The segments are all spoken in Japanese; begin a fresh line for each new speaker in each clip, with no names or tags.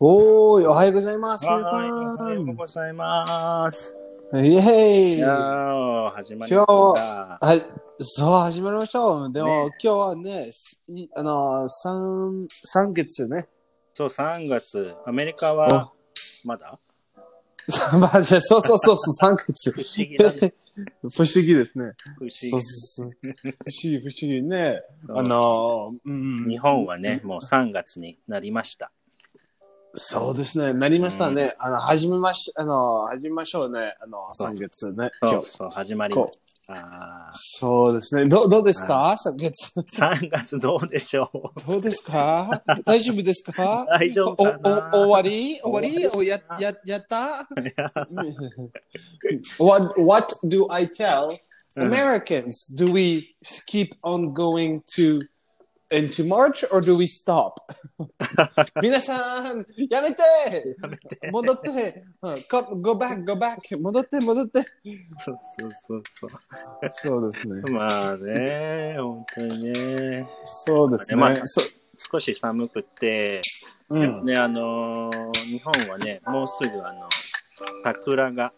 おーい、おはようございます。皆さ。
はい、おはようんございます。
イエー
い
イ
や
は
ー、始まりました。
い、そう、始まりました。でも、
ね
今日はね、すいあのー、3、3月ね。
そう、3月、アメリカはまだ
おまあ、じゃあそうそうそうそう、3月。
不思議だね
不思議ですね。
不思
そうそうそう。不思議、不思議ね。
そう
あのー、うん。
議。日本はね、もう3月になりました。
そうですね。なりましたね。あの、始めまし、あのー、始めましょうね。あのー、
そう
3月ね。
そ
今
う、
日。
そう始まりました。
そうですね。どうどうですか ?3 月。
3月どうでしょう
どうですか大丈夫ですか
大丈夫かな
おお終わり終わりおやややった what, what do I tell
うん
Americans? Do we keep on going to into March or do we stop? 皆さん、やめて戻ってうんこ Go back, go back 戻って戻って
そうそうそうそう。
そうですね。
まあね、本当にね。
そうですね。
まあね
そ
少し寒くて、
うう
でも
ん、
ね、あのー日本はね、もうすぐあの、桜が、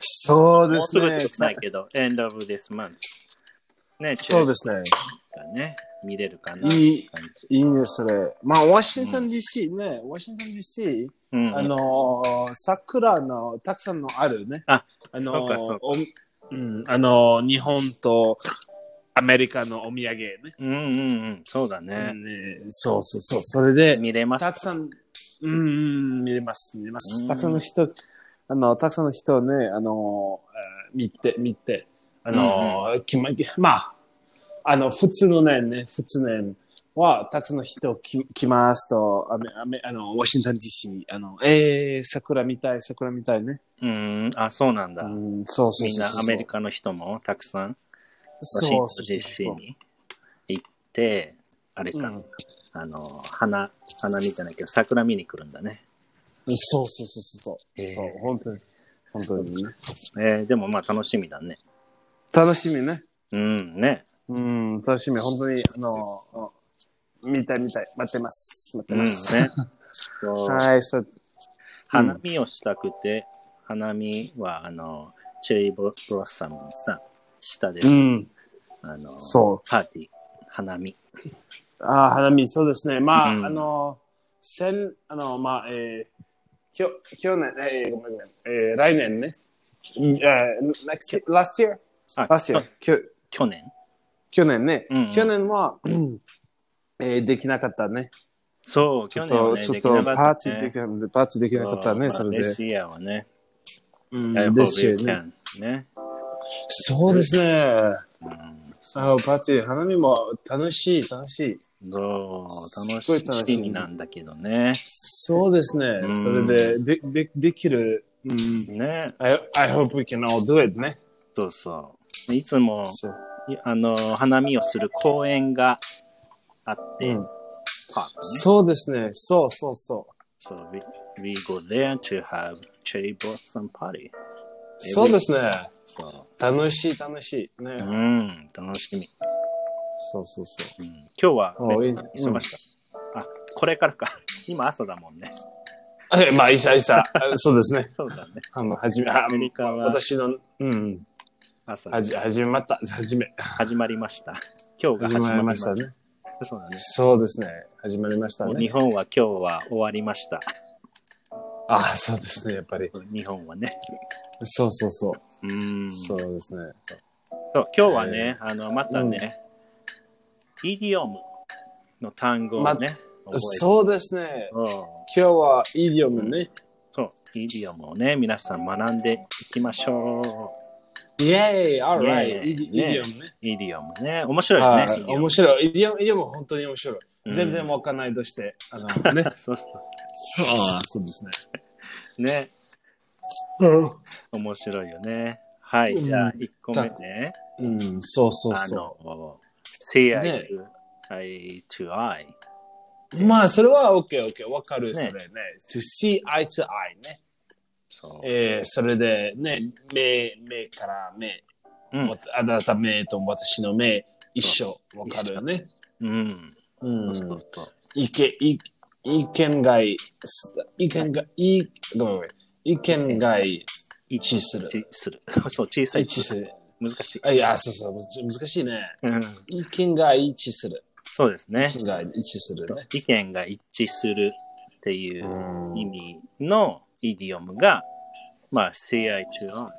そう
も
で
う
す
すぐって
ね
こ。とないけど、end of this month。ね、
そうですね。
がね、見れるかな。
いい
感じ
いいね、それ。まあ、ワシントン DC ね、ワシントン DC、
うん、
あのー、桜のたくさんのあるね。
あ、
あのー
そうかそうか
おうん、あのー、日本とアメリカのお土産ね。
うんうんうん、そうだね。
うんそうそうそう、それで、
見れます
たくさん、うんうん、見れます、見れま
う
す。
ん
たくさんの人、あの、たくさんの人をね、あの、えー見て、見て、あの、きま、まあ、あの、普通の年ね、普通年は、たくさんの人き来ますと、あめ、あめ、あの、ワシントン DC に、あの、えー、桜見たい、桜見たいね。
うん、あ、そうなんだ。
うん、そうそう
みん
そう
な
そう。
アメリカの人もたくさん、
そう
ワ
そう
シン
そ
ト
う
ン DC に行って、あれか、
うん
あの、花、花見てないけど、桜見に来るんだね。
そう。そうそうそうそう。
へー
そう、本当に。本当にね。
えーでもまあ楽しみだね。
楽しみね。
うん、ね。
うん、楽しみ、本当に、あの、あ見たい見たい、待ってます。待って
うん、
ま
ね。
す。
そう
はい、そう。
花見をしたくて、花見はあの、チェリーブロッサムのさ、下で、
うん、
あの、
そ
パーティー、花見。
う。ああ、花見、そうですね。まあ、
うん
あの、先、あの、まあ、えー、きょ去年、えー、ごめんごめん、えー、来年ね。うんえー、next, last year?
あ
Last year.
去
きょ
去年
去年ね、
うんうん
去年は、うんえー、できなかったね。
そう、
ち
去
ょっ
年は
と、
ね、
ちょっ
でき
と、
なか
パー
った
ティーで
ね
き。なかった、パーティーできなかったね、そ
そうま
れ
あ
で
レ。シアはね、
うん、
I
ですよ
hope you
ね。
can ね。
そうですね。
うん
そう、パーティー、花見も楽しい、楽しい。
そう、
すごい
楽
楽しみ
しみなんだけどね。
そうですね。
うん
それで、で、で、できる。うん。
ね。
I, I hope we can all do it ね。
そうそう。いつも、
そう。
いあの、花見をする公園があって、
うん
パークね。
そうですね。そうそうそう。
So we, we go there to have cherry blossom party.
そうですね。
そ
楽しい、楽しい。
う。う
ね。
ん、楽しみ。
そうそうそ
うん、今日は
お
めっ
いいね
ちゃ忙しかった。あ、これから か。今朝だもんね。
う。え、まあ、いさいさ。あそうですね。
そうだね。
あの、はじめ、あ
ア、メリカは
私の、うん。
朝
はじ、始まった。始め、
始まりました。今日が
始
始
ま
ま
り
り
ま
ま
し
したた。
ね。
そうだね。
そうですね。始まりました
もう日
ね。
本は今日は終わりました。
あ、そうですね。やっぱり。
日本はね。
そうそうそう。
うん。
そ
そうう。
ですね。
今日はね、あの、またね、イディオムの単語をね、覚えて
そうですね。
うん
今日はイディオムね。
そう、イディオムをね、皆さん学んでいきましょ
イェーイ
Yay
!Alright! イディイ
ね
ディオムね。
う。イディオムね、面白い
は
です
い
ね。
面白い。イディオム、イディオム本当に面白い。
うん
全然わかんないとして。あの、 ね。
い。そうそ
ああ、そうですね。
う。ね、
う
面白いよね。はい、
うん
じゃあ1個目ね。
ん、そうそう
あ
そ
の、See
ね
I to I to I。
う。まあ、それは OK、OK。わかる、
ね
それね。to see eye to eye ね。
そう。
えー、それで、ね、目、目から目。
うん
わたあなた目と私の目、一緒。わかるよね。
うん。
うん
そうそうそう。
意見、意意見外、意見外、いごめんごめん。意見外一致する。
一致する。 そう、小さい。
一致する。
難しい。
あいや、そうそう、むず難しいね。
うん、
意見が一致する。
そうですね
意。見が一致するね。
意見が一致するっていううん意味のイディオムが、まあ、CI 中音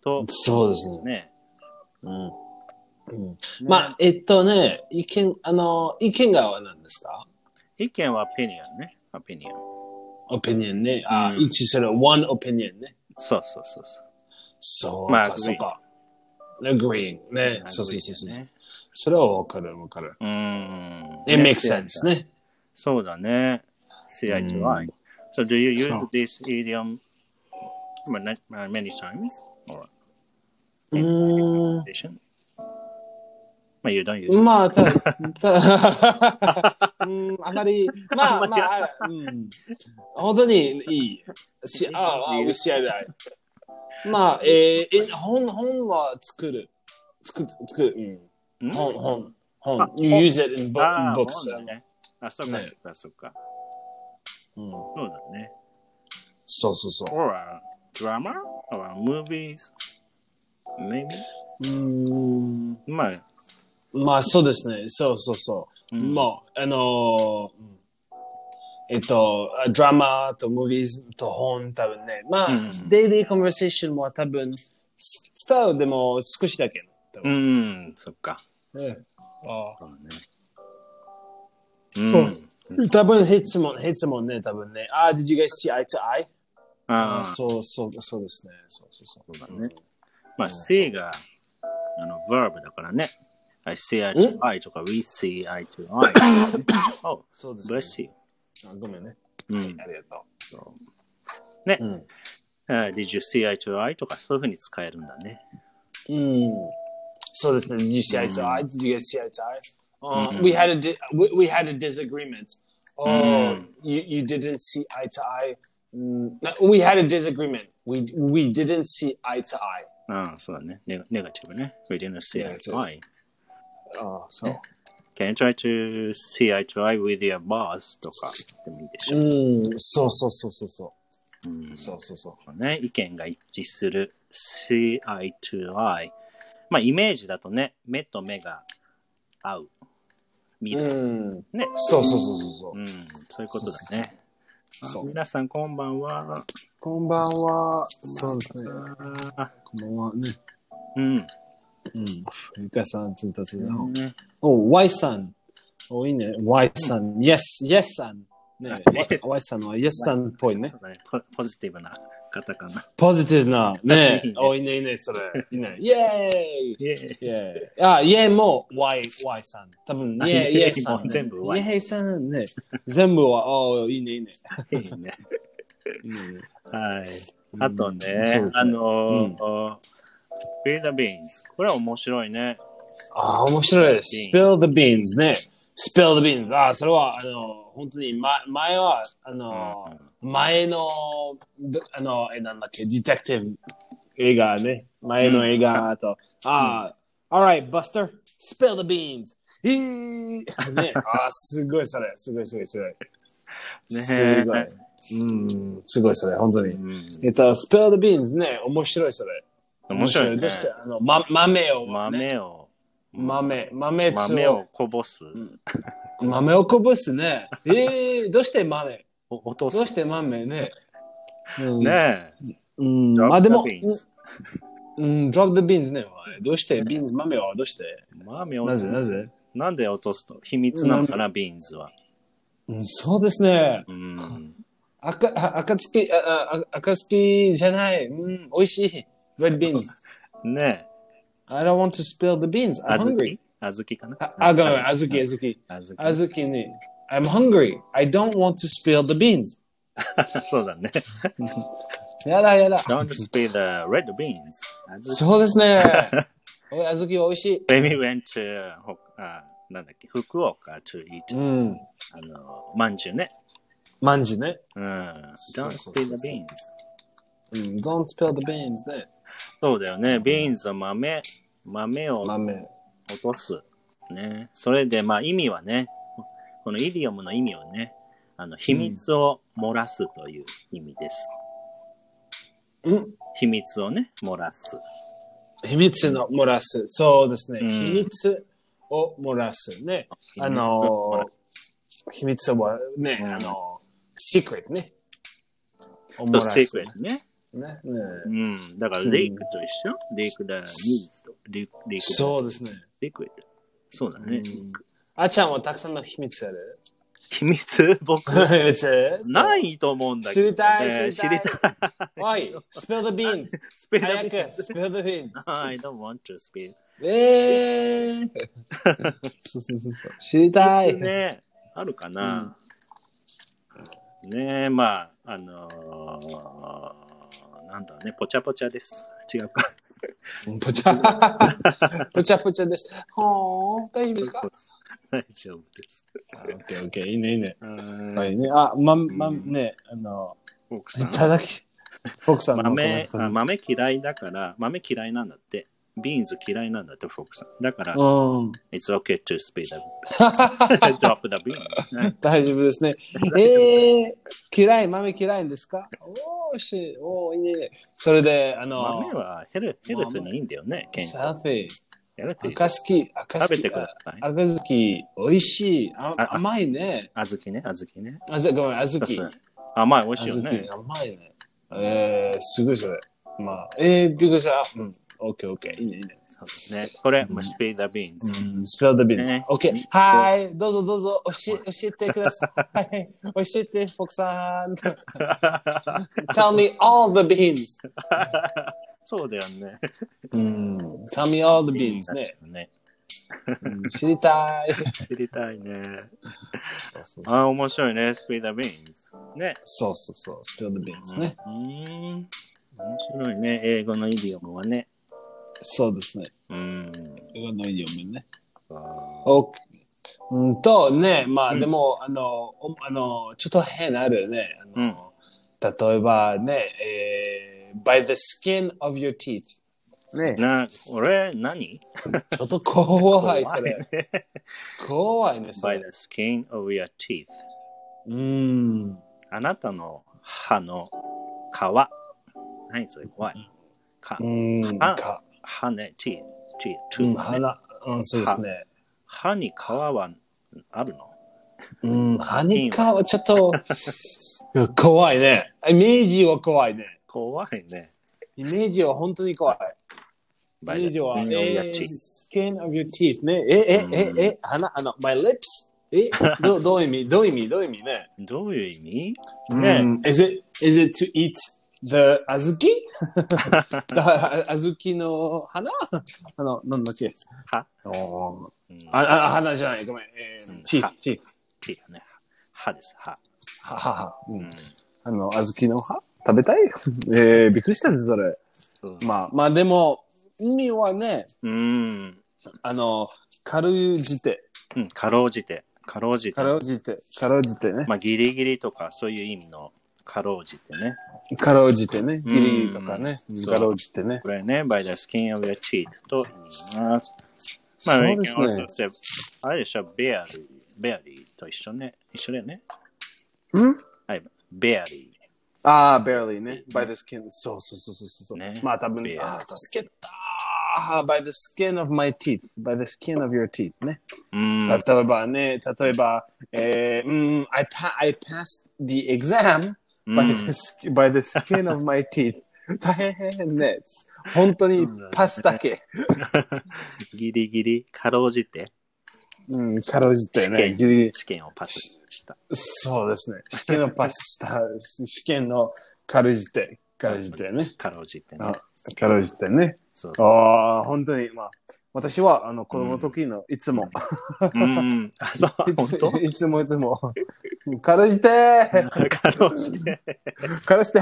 と、
そうですね。
ね。
うんうん、まあ、えっとね、意見、あの、意見がは何ですか
意見は opinion ね。opinion。
オピニオンね。あ、
うん
一致する。one opinion ね。
そうそうそうそう。
そうか、
まあ
そうか。agreeing ね。そうそうそうそう。それはわかるわかる。
うーん。
it makes sense ね。
そうだね。CI 中音。So do you
そう
use this idiom well, not- uh, many times? Or
う
in
ーん
conversation? まあ、you don't use it.
まあ、た、た、うん、あまり、まあ、まあ、あうん、本当にいい。しああ、し合えない。まあ、えー、え本、本は作る。作る、作る。うん、本、本、本
あ。
You
本
use it in Oh, bo-
あ
in
あ
books.
Hmm? Ah, そうだね。あ、そうか
ね、
そうか。
うん、
そうだね。
そうそうそ
or a drama or a movies maybe
う。うん、
まあ、
まあ、そうですね。そうそうそう。
うん
もう、あのーえっと、ドラマとムービーズと本多分ね。まあ、
うん
デイリーコンバーセーションも多分つ使うでも少しだけ。多
う
分
んそっか
うんあ
そうだねうん
ー多分、ヘッツも、ヘッツもね、多分ね。あ、did you guys see eye to eye?
ああそ
そうそう、そうですね。そうそう
う
そ
だ
う。
ねまあ see があの verb だからね I see I to I とか We see I to I Oh
そうですね。
bless you
あごめんね。
うん
ありがと
そうね
う。うん。
あ Did you see I to I とかそういうふうに使えるんだね
Mm. So this did you see eye to eye? Did you guys see eye to eye? Uh,
Mhm.
We had a di- we, we had a disagreement. Oh,
Mm.
you, you didn't see eye to eye. Mm, no, we had a disagreement. We we didn't see eye to eye.
うんそうだねネガネガティブね We didn't see I to I
Oh, so
Can you try to see eye to eye with your boss? とかでもいいでしょう。
mm, so so so so so
うん、
so so so.
ね。意見が一致する。see eye to eye。まあ、イメージだとね、目と目が合う。見る。
Mm.
ね。
So so so so so.
うん、そういうことだね。
そう
あ皆さん、こんばんは。
こんばんは。そうですね。こんばんはね。Mm.
あう
う
ん。
ん。ゆかさん、つんたつん。
ね
Oh, Y さん。多いね。Y さん。Yes, Yes さん。ね、
Yes
y さんは Yes さんっぽいね
そ。うだねポポジティブな方 かな。
ポジティブな。ね
いいね。
お、いいね、いいね、それ。いい ね。イェーイ
イェ
イェーイ。あ、イェーイも Y、Y さん。多分、イ
あ
ェーイ、イェーイ
も
さ。
うん全部 Y
イェーイさんね。全部は、お、いいね、いいね。
ーイいいね。
いいね
はい。 あとね、
うんそうです
あのー、スピードビーンズ。これは面白いね。
ああ、面白いです。spill the beans ね。spill the beans。ああ、それは、あの、本当に、ま、前は、あの、前の、どあの、え、なんだっけ、ディテクティブ映画ね。前の映画と、ああ、alright, Buster, spill the beans! へーね、ああ、すごいそれ、すごいすごいすごい。すごい。うん、すごいそれ、本当
う
に。
ん
えっと、spill the beans ね、面白いそれ。
面白いね
どうして、あの、ま、豆を、ね、
豆を、
豆、豆つ
豆をこぼす。
豆をこぼすね。えー、どうして豆
お落とす。
どうして豆ね。うん、
ねえ。
うん、
Drop
まあでも
the、beans
うん、ドロップ・ビーンズね。どうしてビーンズ豆はどうして
豆を
なぜなぜ、
なんで落とすと秘密なのかな、ビーンズは。
うん、そうですね。
うん。
あか、ああかつき、あ、あ、あかつきじゃない。うん、美味しい。red beans.
ねえ。
I don't want to spill the beans.
あ
I'm
ず
hungry.
きあずきかな
あ、あごめん、あずき、あ
き。
ずき。
あずき。
あずきに。I'm hungry. I don't want to spill the beans.
そう だね。
やだやだ。
Don't spill the red beans. あずき
そうです ね。おい、あずき美味しい。
When we went to, ほあなんだっけ、福岡 to eat、
うん。
あの、まんじゅうね。
まんじね。
うん。
そ
Don't
うそうそう
spill the
そう
beans.
うん。Don't spill the beans ね。
そうだよね。ビーンズは豆、豆を
豆。
落とす。ね。それで、まあ意味はね、このイディオムの意味はね、あの、秘密を漏らすという意味です。
うん
秘密をね、漏らす。
秘密の漏らす。そうですね。
うん
秘密を漏らすね。あ
秘密を漏ら
の、秘密はね、
うん
あの、シークレットね。を漏
と、
らす
セクレットね。
ね。ね
うん。だから、
うん
レイクと一緒、レイクだ、ニーズと。レイク、レイクだ
そうですね。
セクレット。そうだね。
うんあちゃんはたくさんの秘密ある
秘密、僕、
秘密
ないと思うんだけ
知
ど、
りたい、
知りたい。
い。おい、spill the beans!
スペ
早く、
ー
spill the beans!
I don't want to speak.
えー、そうそうそうそう。知りたい。
ね、あるかな、ねえ、まあ、あのーなんだろうね、ぽちゃぽちゃです。違うか。
ぽちゃ、ぽちゃぽちゃです。ほーん、大丈夫ですか
そうです 大丈夫です。
オッケーオッケー、いいね、いいね。は
はい、
いね。あ、ま、ま、
うん
ね、あの、
奥
い
さん。
ただき、フォークさんの
豆
コメ
あ
ント
豆嫌いだから、豆嫌いなんだって。ビーンズ嫌いなんだって、フォークさん。だから、
うん。
It's okay to speed up. Drop the beans. ね
大丈夫ですね。えー、嫌い、豆嫌いんですかおーし、おー、いいね、いいね。それで、あの、
豆はヘルヘルスにいいんだよね。健康。
サーフィー、
ヘルスにいい
赤すき、赤
食
す
べ
き
てく、ださい。
赤すき、美味しい、あ
あ
甘いね。
小豆ね、小豆ね。
あ、じゃごめん、あずき。
甘い、美味しい
小
よ
豆
ね。
甘いね。えー、すごいそれ。まあ、えー、ビッグさ、うん、オッケーオッケー、いいね、いいね。
そうですね。これ、まあスペーダービーンズ。
うん、スペルドビーズ
ね。
オッケー
ね。
はい、どうぞどうぞ、教え教えてください。教えて、フォクさ ん。Tell me all the beans.
そうだよね。
うん、Tell me all the beans ね。
ね。
うん知りたい。
知りたいね。
そうそう
あ、面白いね、スペーダービーンズ。ね。
そうそうそう、スペルドビーズね。
うーん。面白いね。英語のイディオムはね。
そうですね。
うーん。
英語のイディオムね。
あ
おうんとね、まあ
うん
でも、あの、おあの、ちょっと変あるね。あ
うん
の例えばね、えー by the skin of your teeth。ね
ー。な、俺、何
ちょっと怖い、
怖
そ
い
れ。
ね
怖いね、そ
By
れ
the。skin of your teeth.
うん。
あなたの歯の皮。何それ怖い。か
うん。
あ
か、
歯ね、teeth。teeth。
うん、
tooth ね
鼻、うん、そうですね。
歯に皮はあるの
うん、歯にかはちょっと、いや怖いね。イメージは怖いね。
怖いね。
イメージは本当に怖い。
バ
以上は、
イオ
え
ヤ
ー
チ。
skin of your teeth ね。え、え、え、
うん
え、鼻、あの、my lips? え、どどういう意味どういう意味どういう意味ね。
どういう意味
ね、
ね
is it, is it to eat the 小豆だ小豆の花あの、なんだっけ
歯
おー
うん
あ、あ、花じゃない。ごめん。え
うん
ー、チー
歯
フ、チーフ。
teeth ね。歯です、歯。
ははは。う
うんん。
あの、小豆の葉食べたいえー、びっくりしたんです、それ。まあ、まあでも、意味はね、
うん。
あの、軽うじて。
うんかろうじて。かろうじて
か。ろうじて、かろうじてね。
まあ、ギリギリとか、そういう意味のかろうじてね。
かろうじてね。
うん
ギリギリとかね
うん。
かろうじてね。
これね、by the skin of your teeth と言います。まあ、
そうです
you can
ね
also。say- あれでしょ、ベアリー。ベアリーと一緒ね。一緒だよね。
ん
はい、ベアリ
ああ、barely ね。by the skin. そうそうそうそうそう。
ね
まあ多分、
Barely
ああ、助けたー by the skin of my teeth. by the skin of your teeth ね。
ー。うん。
例えばね、例えば、えー、うん、I, pa I passed the exam
うん
by the, sk- by the skin of my teeth. 大変ね。本当にパスだけ。
ギリギリ、かろうじて、
うん、かろうじて
試
ね。
験
ギリギリ
試験をパスした。
そうですね。試験のパスした、試験の軽じて、軽じてね。
かろうじてね
あ。軽じてね。
そうそ
ああ、本当に、まあ、私は、あの、子供の時の、いつも、
う。うん。あ、 そう、
いつ
本
いつもいつも、軽じて
当かろうじて。
軽して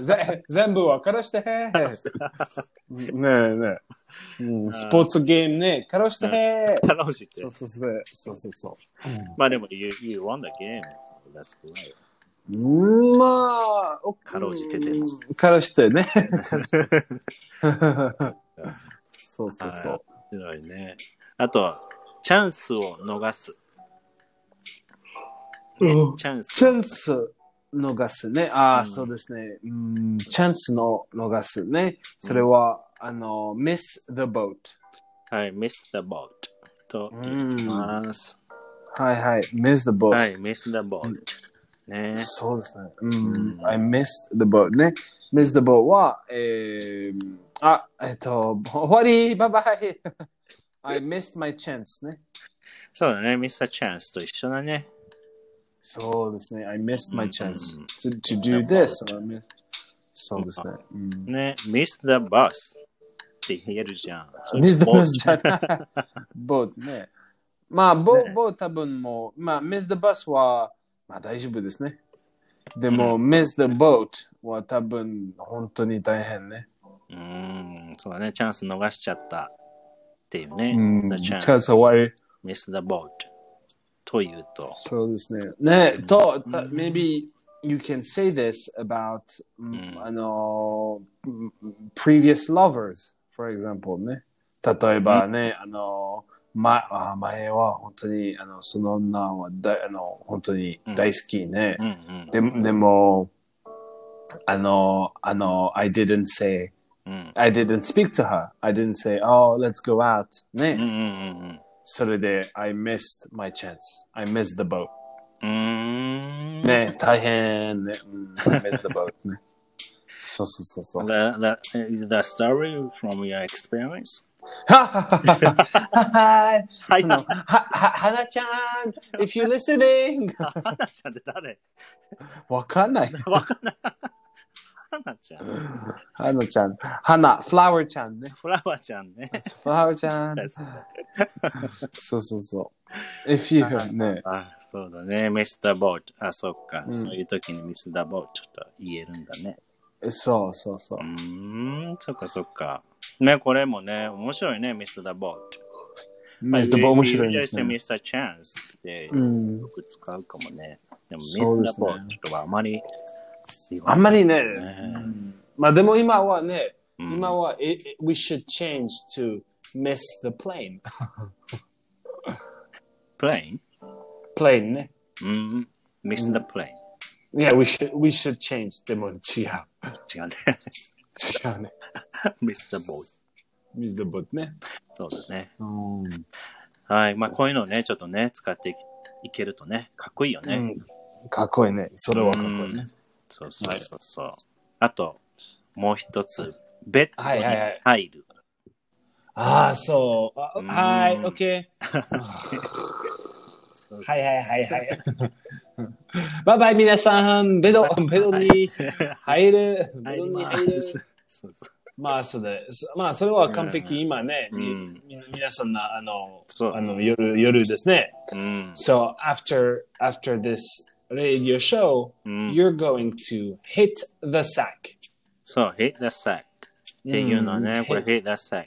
ぜ全部は軽してねえねえ、うんスポーツゲームね、軽して
かろうじて
そう。そうそう、そうそうそう。
まあでも、you, you won the game. That's great.
うんまあ、お
かろうじてでも
うんかろうじてね。そうそうそう。
面白いね。あと、チャンスを逃す。ね
うん
チャン
チ
ス。
ャンス逃すね。ああ、
うん
そうですね、うん。チャンスの逃すね。それは、あの、miss the boat。
はい、miss the boat と言います。
はいはい。miss the boat。
はい、miss the boat。ね。
そうですね。う。
うんん
I missed the boat ね。miss the boat は、えー、あ、えっと、終わりバイバイ I missed my chance ね。
そうだね、miss the chance と一緒だね。
そうですね。I missed my chance
うん
to, to do this. or I miss- そうですね。うん
ね、miss the bus って言えるじゃん。
水田
boat
バス じゃない。ボートね。まあ、ボ
ね
ボート多分もう、まあ、水田バスは、まあ大丈夫ですね。でも、水田ボートは多分本当に大変ね。
うーん、そうだね、チャンス逃しちゃったっていうね。
うん、チ
miss the
ャ
chance,
ンス終わり。
miss the boat というと。
そうですね。ね、と、た
うん
maybe you can say this about、mm,
ん
あの、previous lovers, for example ね。例えばね、あの、ま、あ前は本当に、あの、その女はだあの本当に大好きね
う。んうん。
ででも、あの、あの、I didn't say,
うん。
I didn't speak to her. I didn't say, oh, let's go out. ね。
うんうん
それで、I missed my chance. I missed the boat.
うんうん。うーん。
ね、大変ね。うん、I missed the boat ね。 そうそうそう そう。
The, the, is the story from your experience?
はい。
は
あの、は、は、花ちゃん !If you're listening!
花ちゃんって誰
わかんない。
わかんない。花ちゃん。
花ちゃん。花、フラワーちゃんね。
フラワーちゃんね。
フラワーちゃん。 そうそうそう。If you ね。
あ、そうだね。ミスターボート。あ、そっか。
うん
そういう時にミスターボートと言えるんだね。
そうそうそう
う。ーん、そっかそっか。ね、これもね、面白いね、ミスターボート。
ミスターボー面白いで
ですすね。
ね
ミ。スターチャンスってよ
うん。
く使うかもね。でも、ミスタ
そうです
ー
ね
ボートはあまり言わ
あん
ない、
まりね。
ん
まあでも今はね、
うん
今は、え、え we should change to miss the plane.
プレイン
plane ね。
うん。ミスタープレイ
Yeah, we should, we should change. でも違う。
ン。違うね。
違うね。
ミスターボー
Miss the boat ね。
ト。そうだね。
うん。
はい。まあ、こういうのをね、ちょっとね、使っていいけるとね、かっこいいよね。
Mm. かっこいいね。それはかっこいい
うん
ね。
そうそうそうそう。あと、もう一つ、ベッド
はい
に
はいはい
入る。
ああ、そう。あ
うん
はい、OK。
そうそう
はいはいはい はい。バイバイ皆さん。ベド、ベドに入る。ベ
入
ド
り
に
ま
入る。
す。そうそう
まあ、そうでまあ、それは完璧。今ね、
う
み
ん
み皆さんの、あの
そう、
あの夜、夜ですね。
うん。
So after after this radio show,
うん
you're going to hit the sack.
そう、hit the sack っていうのは
う
ね
ん、
これ hit the sack。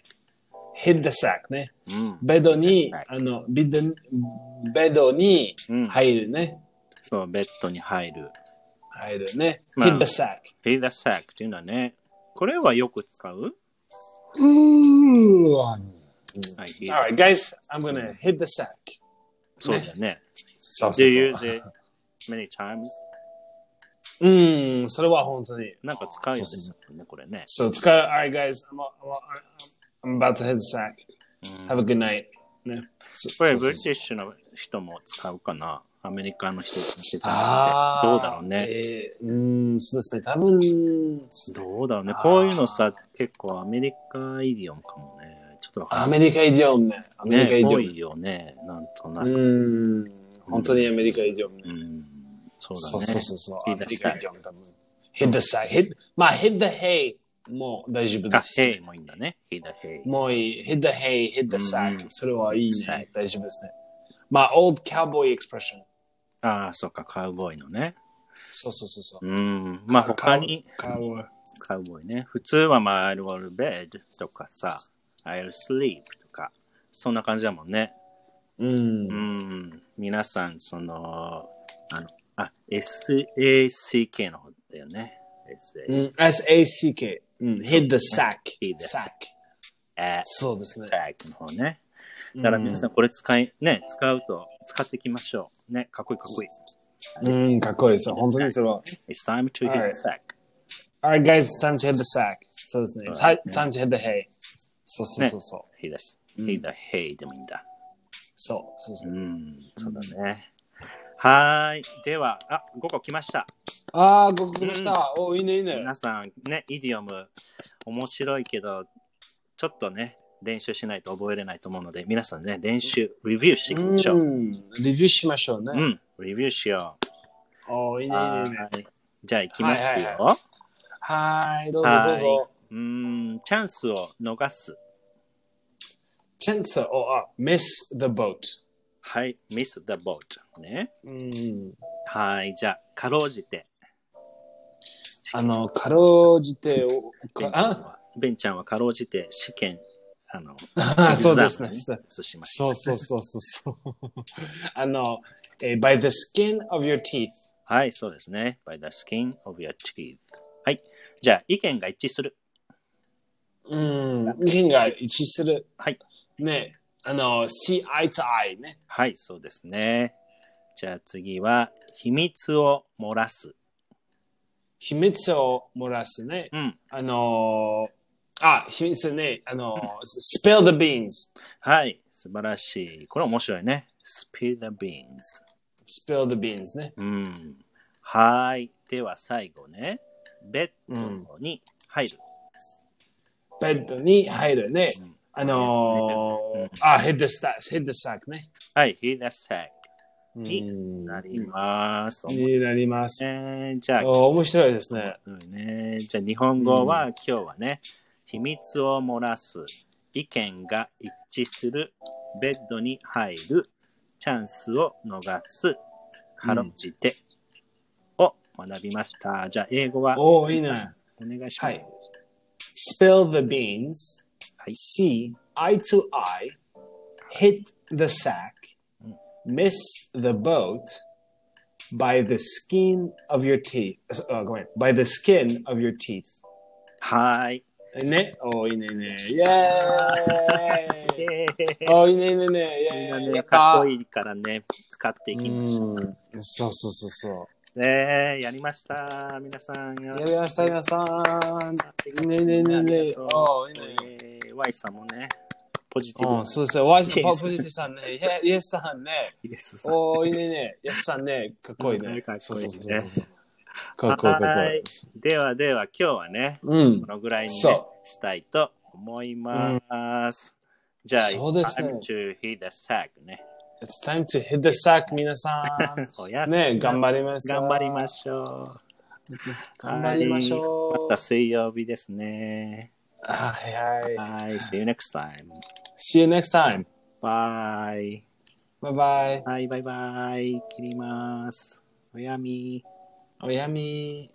hit the sack ah, ね。
うん。
ベッドに
hit the sack、Hmm.
あの、ベッドにベッドに
うん
入るね。
そう、ベッドに入る。
入るね。
まあ
hit the sack。
hit the sack っていうのはね、これはよく使うはい、hit-
Alright, guys, I'm gonna hit the sack.
そうだね。
そう
Do
そう
you
そ
use it many times?
う。うん、それは本当に。
なんか使うよ
そうそ
ね、これね。
So 使う。Alright, guys, I'm, I'm, I'm about to hit the sack.
う
Have
ん
a good night. ね。そ
これ、
そう
ブ
そうそう
リティッシュの人も使うかなアメリカの人も使う
あ
か
ー
などうだろうね。
えー、うーん、そうですね。多分、
どうだろうね
あ。ー
こういうのさ、結構アメリカイディオンかもね。ちょっとわか
ア
んない。
メリカイディオムね。アメリカ
ね、
イディオ
多
ム。
いよね。なんとな
う
く。
ーん、本当にアメリカイディオムね。
うん。そう
そう
だね。
そうそうそう。ア
Hit
メ
the
リカイ
sack
ディオム多分。hit the sack. Hit, まあ、hit the hay もう大丈夫
あ、
です。
ヘイもいいんだね。ヘイだヘイ。
もういい。hit the hay, hit the sack.
うん
それはいい
sack
ね。大丈夫ですね。まあ、old cowboy expression。
ああ、そっか、カウボーイのね。
そうそうそうそう。
うん。まあ他に、
カウボーイ。
カウボーイね。普通はまあ、I'll go to bed とかさ、I'll sleep とか、そんな感じだもんね。
うん
う。ん。皆さん、その、あの、あ、SACK の方だよね。
う
SACK。
ん sack. うん。hit the sack.
hit the
sack. そうですね。
SACK の方ね。だから皆さんこれ使い、ね、使うと、使っていきましょう。ね、かっこいいかっこいい。
うん、かっこいいです。本当にそれは。
It's time to
はい
hit sack.
Alright, guys, it's time to hit the sack. そうですね。
はい
はい、time to hit the hay. そうそう
ね
そうそう。
Hay です。
うん
Hay だ、Hay でもいいんだ。
そうそうそうう。
ん、そうだね。はーい。では、あ、5個来ました。
ああ、ご苦労した。お、いいね、いいね。
皆さん、ね、イディオム、面白いけど、ちょっとね、練習しないと覚えれないと思うので、皆さんね、練習、レビューしていきましょ
う
う。
ん、レビューしましょう
う
ね。
ん、レビューしよ。
お、いいうね、いいねいいね。
はーいじゃあ、行きます
はいはい
よ。
はい、どうぞ
は
ど
いう
ぞ。
うーん、チャンスを逃す。
チェンツァ、お、あ、miss oh, ah, the boat。
はい、miss the boat。ね。
うん。
はい、じゃあ、かろうじて。
あの、かろうじて、おか
ベンちゃ ん
あ、
は、ベンちゃんはかろうじて試験、あの、
あそうですね
エグザムにしました。
そうそうそうそう そう。あの、えー eh, by the skin of your teeth。
はい、そうですね。by the skin of your teeth。はい。じゃあ、意見が一致する。
うん、意見が一致する。
はい。
ね、あの、see eye to eye ね。
はい、そうですね。じゃあ次は、秘密を漏らす。
秘密を漏らすね。
うん。
あのー、あ、秘密ね。あのー、spill the beans。
はい、素晴らしい。これ面白いね。spill the beans。
spill the beans ね。
うん。はい。では最後ね。ベッドに入る。
ベッドに入るね。
うん
あのー
うん
あ、hit the sack, hit the sack ね。
はい、he the sack
うん
になります。面
になります。
白いじゃあ、
お面白いですね。
そうね、じゃあ日本語は今日はね、秘密を漏らす、意見が一致する、ベッドに入る、チャンスを逃す、かろうじて、を学びました。じゃあ英語は
おーいいね
お願いします。
はい。spill the beans,
はい
see eye to eye, hit the sack, miss the boat, by the skin of your teeth. Uh, あごめん。by the skin of your teeth. Oh,
はい。
ね。おーいいねいいね。イェーイ
み
おーいいねいいねいいね。イ
ん
ェ
な
ーイや
ね、
った
かっこいいからね、使っていきまし
う
た。
んそうそうそうそう。
ねえやりました。皆さん。や
やりました、皆さん。ねえねえねえねえ。おーいいね。
えー Y さんもね、ポジティ
う
ブ
ん、そうですね。ワイス
イエス
ポポジティブさんね。 イエスさんね。
イエスさん。
おー、いいねね。イエスさんね。かっこいいね。
かっこ
そう
いいね
そうそうそう。かっこいい、かっこ
は
い
い
い
い。ではでは、今日はね、
うん
こ。のぐらいに、ね
そ、
したいと思います。じゃあ、
そうですね
I'm to hit the sack ね。
It's time to hit the sack, 皆さ
おや
ん。
すみ。
ね、頑張りましょう。
頑張りましょう。
頑張りましょう
はいまた水曜日ですね。
はいはい。
はい、see you next time.
See you next time.
Bye.
Bye bye.
はい、バイバイ。切ります。おやみ。
おやみ。